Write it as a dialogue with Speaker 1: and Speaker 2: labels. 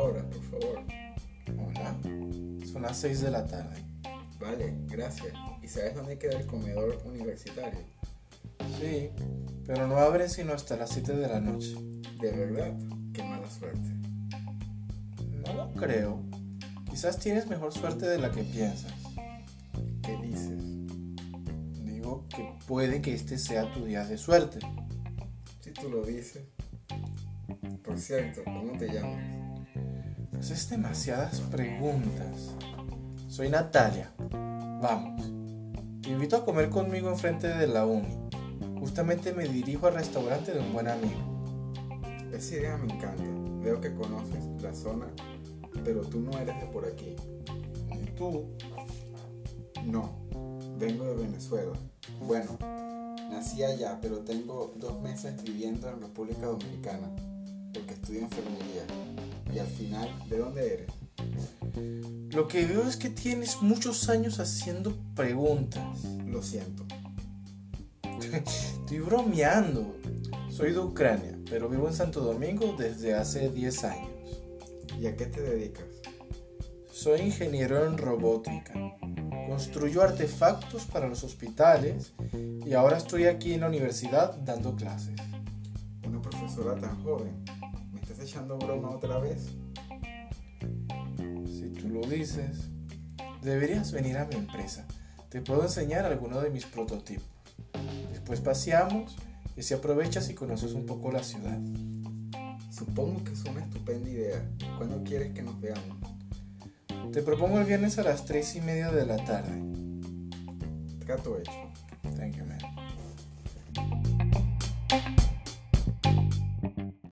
Speaker 1: favor.
Speaker 2: Hola. Son las 6 de la tarde.
Speaker 1: Vale, gracias. ¿Y sabes dónde queda el comedor universitario?
Speaker 2: Sí, pero no abren sino hasta las 7 de la noche.
Speaker 1: De verdad, qué mala suerte.
Speaker 2: No lo creo. Quizás tienes mejor suerte de la que piensas.
Speaker 1: ¿Qué dices?
Speaker 2: Digo que puede que este sea tu día de suerte.
Speaker 1: Si tú lo dices. Por cierto, ¿cómo te llamas?
Speaker 2: Haces Pues demasiadas preguntas. Soy Natalia. Vamos. Te invito a comer conmigo enfrente de la uni. Justamente me dirijo al restaurante de un buen amigo.
Speaker 1: Esa idea me encanta. Veo que conoces la zona, pero tú no eres de por aquí.
Speaker 2: ¿Y tú?
Speaker 1: No, vengo de Venezuela. Bueno, nací allá, pero tengo dos meses viviendo en República Dominicana, porque estudio enfermería. Y al final, ¿de dónde eres?
Speaker 2: Lo que veo es que tienes muchos años haciendo preguntas.
Speaker 1: Lo siento.
Speaker 2: Estoy bromeando. Soy de Ucrania, pero vivo en Santo Domingo desde hace 10 años.
Speaker 1: ¿Y a qué te dedicas?
Speaker 2: Soy ingeniero en robótica. Construyo artefactos para los hospitales y ahora estoy aquí en la universidad dando clases.
Speaker 1: Una profesora tan joven. ¿Me estás echando broma otra vez?
Speaker 2: Si tú lo dices, deberías venir a mi empresa. Te puedo enseñar alguno de mis prototipos. Después paseamos y si aprovechas y conoces un poco la ciudad.
Speaker 1: Supongo que es una estupenda idea. ¿Cuándo quieres que nos veamos?
Speaker 2: Te propongo el viernes a las 3 y media de la tarde.
Speaker 1: Trato hecho.
Speaker 2: Thank you, man.